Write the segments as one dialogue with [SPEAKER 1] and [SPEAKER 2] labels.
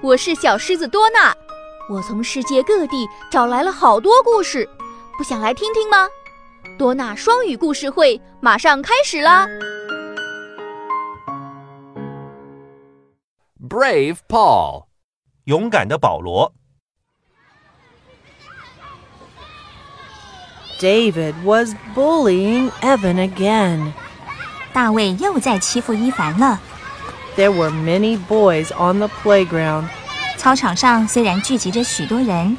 [SPEAKER 1] 我是小狮子多纳，我从世界各地找来了好多故事，不想来听听吗？多纳双语故事会马上开始啦！
[SPEAKER 2] Brave Paul.
[SPEAKER 3] 勇敢的保罗
[SPEAKER 4] David was bullying Evan again.
[SPEAKER 5] 大卫又在欺负伊凡了。
[SPEAKER 4] There were many boys on the playground,
[SPEAKER 5] 操场上虽然聚集着许多人，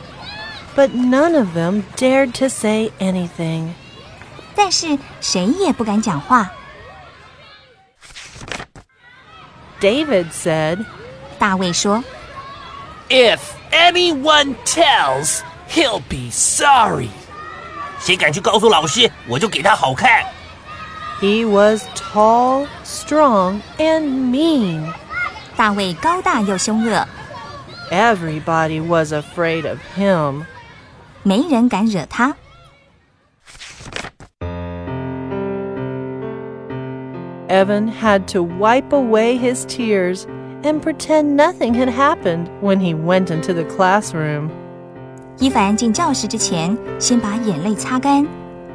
[SPEAKER 4] but none of them dared to say anything.
[SPEAKER 5] 但是谁也不敢讲话。
[SPEAKER 4] David said,
[SPEAKER 5] 大卫说
[SPEAKER 6] If anyone tells, he'll be sorry.
[SPEAKER 3] 谁敢去告诉老师，我就给他好看。
[SPEAKER 4] He was tall, strong, and mean.：“
[SPEAKER 5] 大卫高大又凶恶，
[SPEAKER 4] Everybody was afraid of him.
[SPEAKER 5] 没人敢惹他。
[SPEAKER 4] Evan had to wipe away his tears and pretend nothing had happened when he went into the classroom. ”
[SPEAKER 5] 伊凡进教室之前，先把眼泪擦干，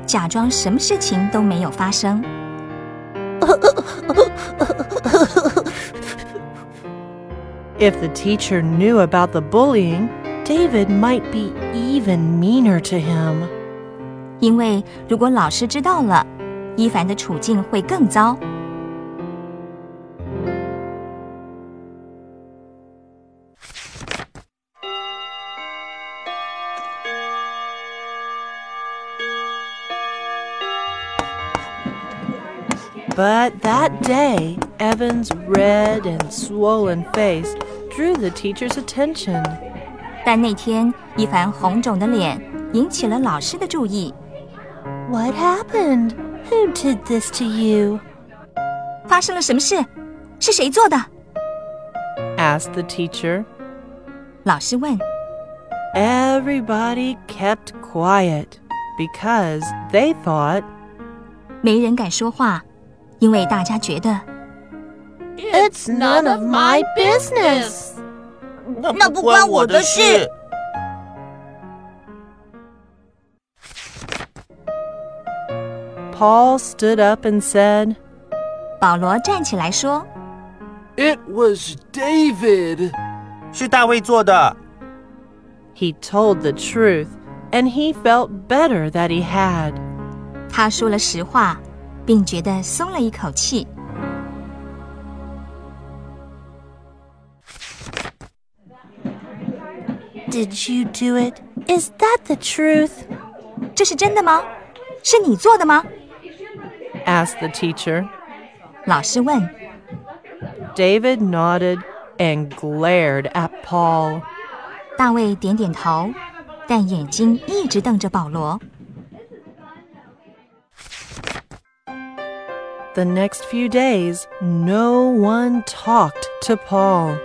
[SPEAKER 5] 假装什么事情都没有发生。
[SPEAKER 4] If the teacher knew about the bullying, David might be even meaner to him.
[SPEAKER 5] 因为如果老师知道了，伊凡的处境会更糟。
[SPEAKER 4] But that day, Evan's red and swollen face drew the teacher's attention.
[SPEAKER 5] 但那天，伊凡红肿的脸引起了老师的注意。
[SPEAKER 4] What happened? Who did this to you?
[SPEAKER 5] 发生了什么事？是谁做的？
[SPEAKER 4] asked the teacher.
[SPEAKER 5] 老师问。
[SPEAKER 4] Everybody kept quiet because they thought
[SPEAKER 5] 没人敢说话，因为大家觉得
[SPEAKER 4] it's none of my business.
[SPEAKER 3] 那
[SPEAKER 5] 那不关我的事。
[SPEAKER 4] Paul stood up and said,
[SPEAKER 5] 保罗站起来说
[SPEAKER 2] It was David.
[SPEAKER 3] 是大卫做的，
[SPEAKER 4] He told the truth, and he felt better that he had.：“
[SPEAKER 5] 他说了实话，并觉得松了一口气。
[SPEAKER 4] Did you do it? Is that the truth? ”
[SPEAKER 5] 这是真的吗？是你做的吗？
[SPEAKER 4] asked the teacher.
[SPEAKER 5] 老师问。
[SPEAKER 4] David nodded and glared at Paul.
[SPEAKER 5] 大卫点点头，但眼睛一直瞪着保罗。
[SPEAKER 4] The next few days, no one talked to Paul.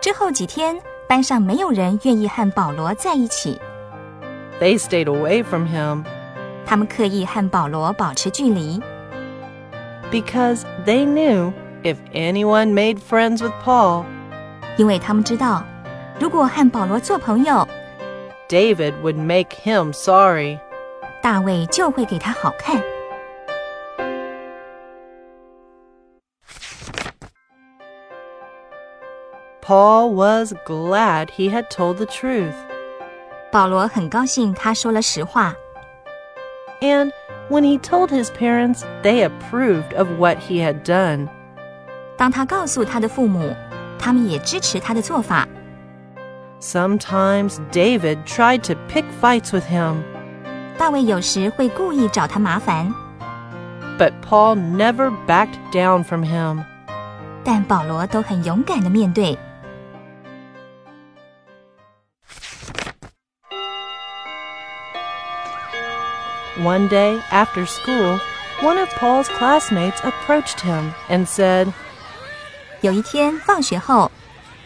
[SPEAKER 5] 之后几天，班上没有人愿意和保罗在一起，
[SPEAKER 4] They stayed away from him
[SPEAKER 5] 他们刻意和保罗保持距离，
[SPEAKER 4] because they knew if anyone made friends with Paul,
[SPEAKER 5] 因为他们知道，如果和保罗做朋友，
[SPEAKER 4] David would make him sorry.
[SPEAKER 5] 大卫就会给他好看。
[SPEAKER 4] Paul was glad he had told the truth.
[SPEAKER 5] 保罗很高兴，他说了实话。
[SPEAKER 4] And when he told his parents, they approved of what he had done.
[SPEAKER 5] 当他告诉他的父母，他们也支持他的做法。
[SPEAKER 4] Sometimes David tried to pick fights with him,
[SPEAKER 5] 大卫有时会故意找他麻烦，
[SPEAKER 4] but Paul never backed down from him.
[SPEAKER 5] 但保罗都很勇敢的面对。
[SPEAKER 4] One day after school, one of Paul's classmates approached him and said,
[SPEAKER 5] 有一天放学后，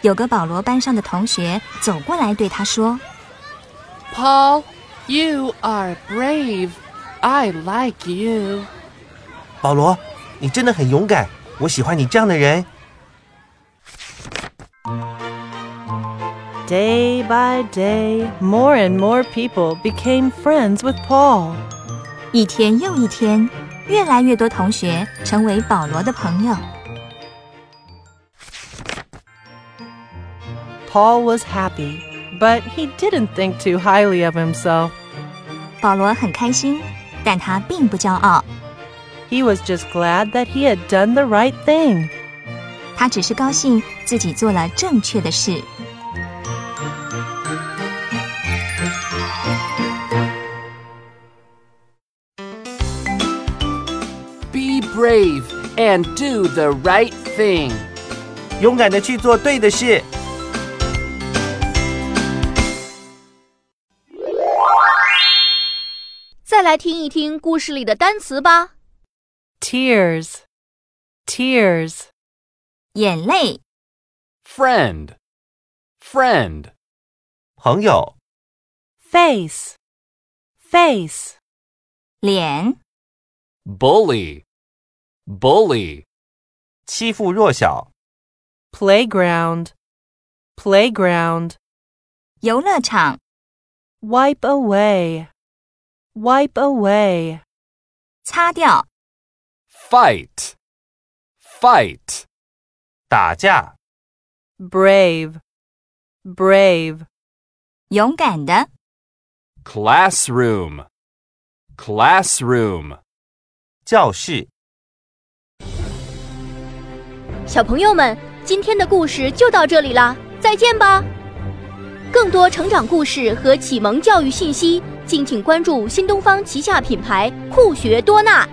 [SPEAKER 5] 有个保罗班上的同学走过来对他说
[SPEAKER 6] Paul, you are brave. I like you.
[SPEAKER 3] 保罗，你真的很勇敢，我喜欢你这样的人。
[SPEAKER 4] Day by day, more and more people became friends with Paul.
[SPEAKER 5] 一天又一天，越来越多同学成为保罗的朋友。
[SPEAKER 4] Paul was happy, but he didn't think too highly of himself.
[SPEAKER 5] 保罗很开心，但他并不骄傲，
[SPEAKER 4] He was just glad that he had done the right thing.
[SPEAKER 5] 他只是高兴自己做了正确的事。
[SPEAKER 6] Be brave and do the right thing.
[SPEAKER 3] 勇敢的去做对的事。
[SPEAKER 1] 再来听一听故事里的单词吧。
[SPEAKER 4] Tears. Tears.
[SPEAKER 5] 眼泪、
[SPEAKER 2] friend, friend,
[SPEAKER 3] 朋友，
[SPEAKER 4] Face. Face.
[SPEAKER 5] 脸、
[SPEAKER 2] bully, bully,
[SPEAKER 3] 欺负弱小，
[SPEAKER 4] Playground. Playground.
[SPEAKER 5] 游乐场、
[SPEAKER 4] Wipe away. Wipe away.
[SPEAKER 5] 擦掉、
[SPEAKER 2] fight, fight,
[SPEAKER 3] 打架，
[SPEAKER 4] Brave. Brave.
[SPEAKER 5] 勇敢的、
[SPEAKER 2] classroom, classroom,
[SPEAKER 3] 教室。
[SPEAKER 1] 小朋友们，今天的故事就到这里啦，再见吧！更多成长故事和启蒙教育信息，敬请关注新东方旗下品牌酷学多纳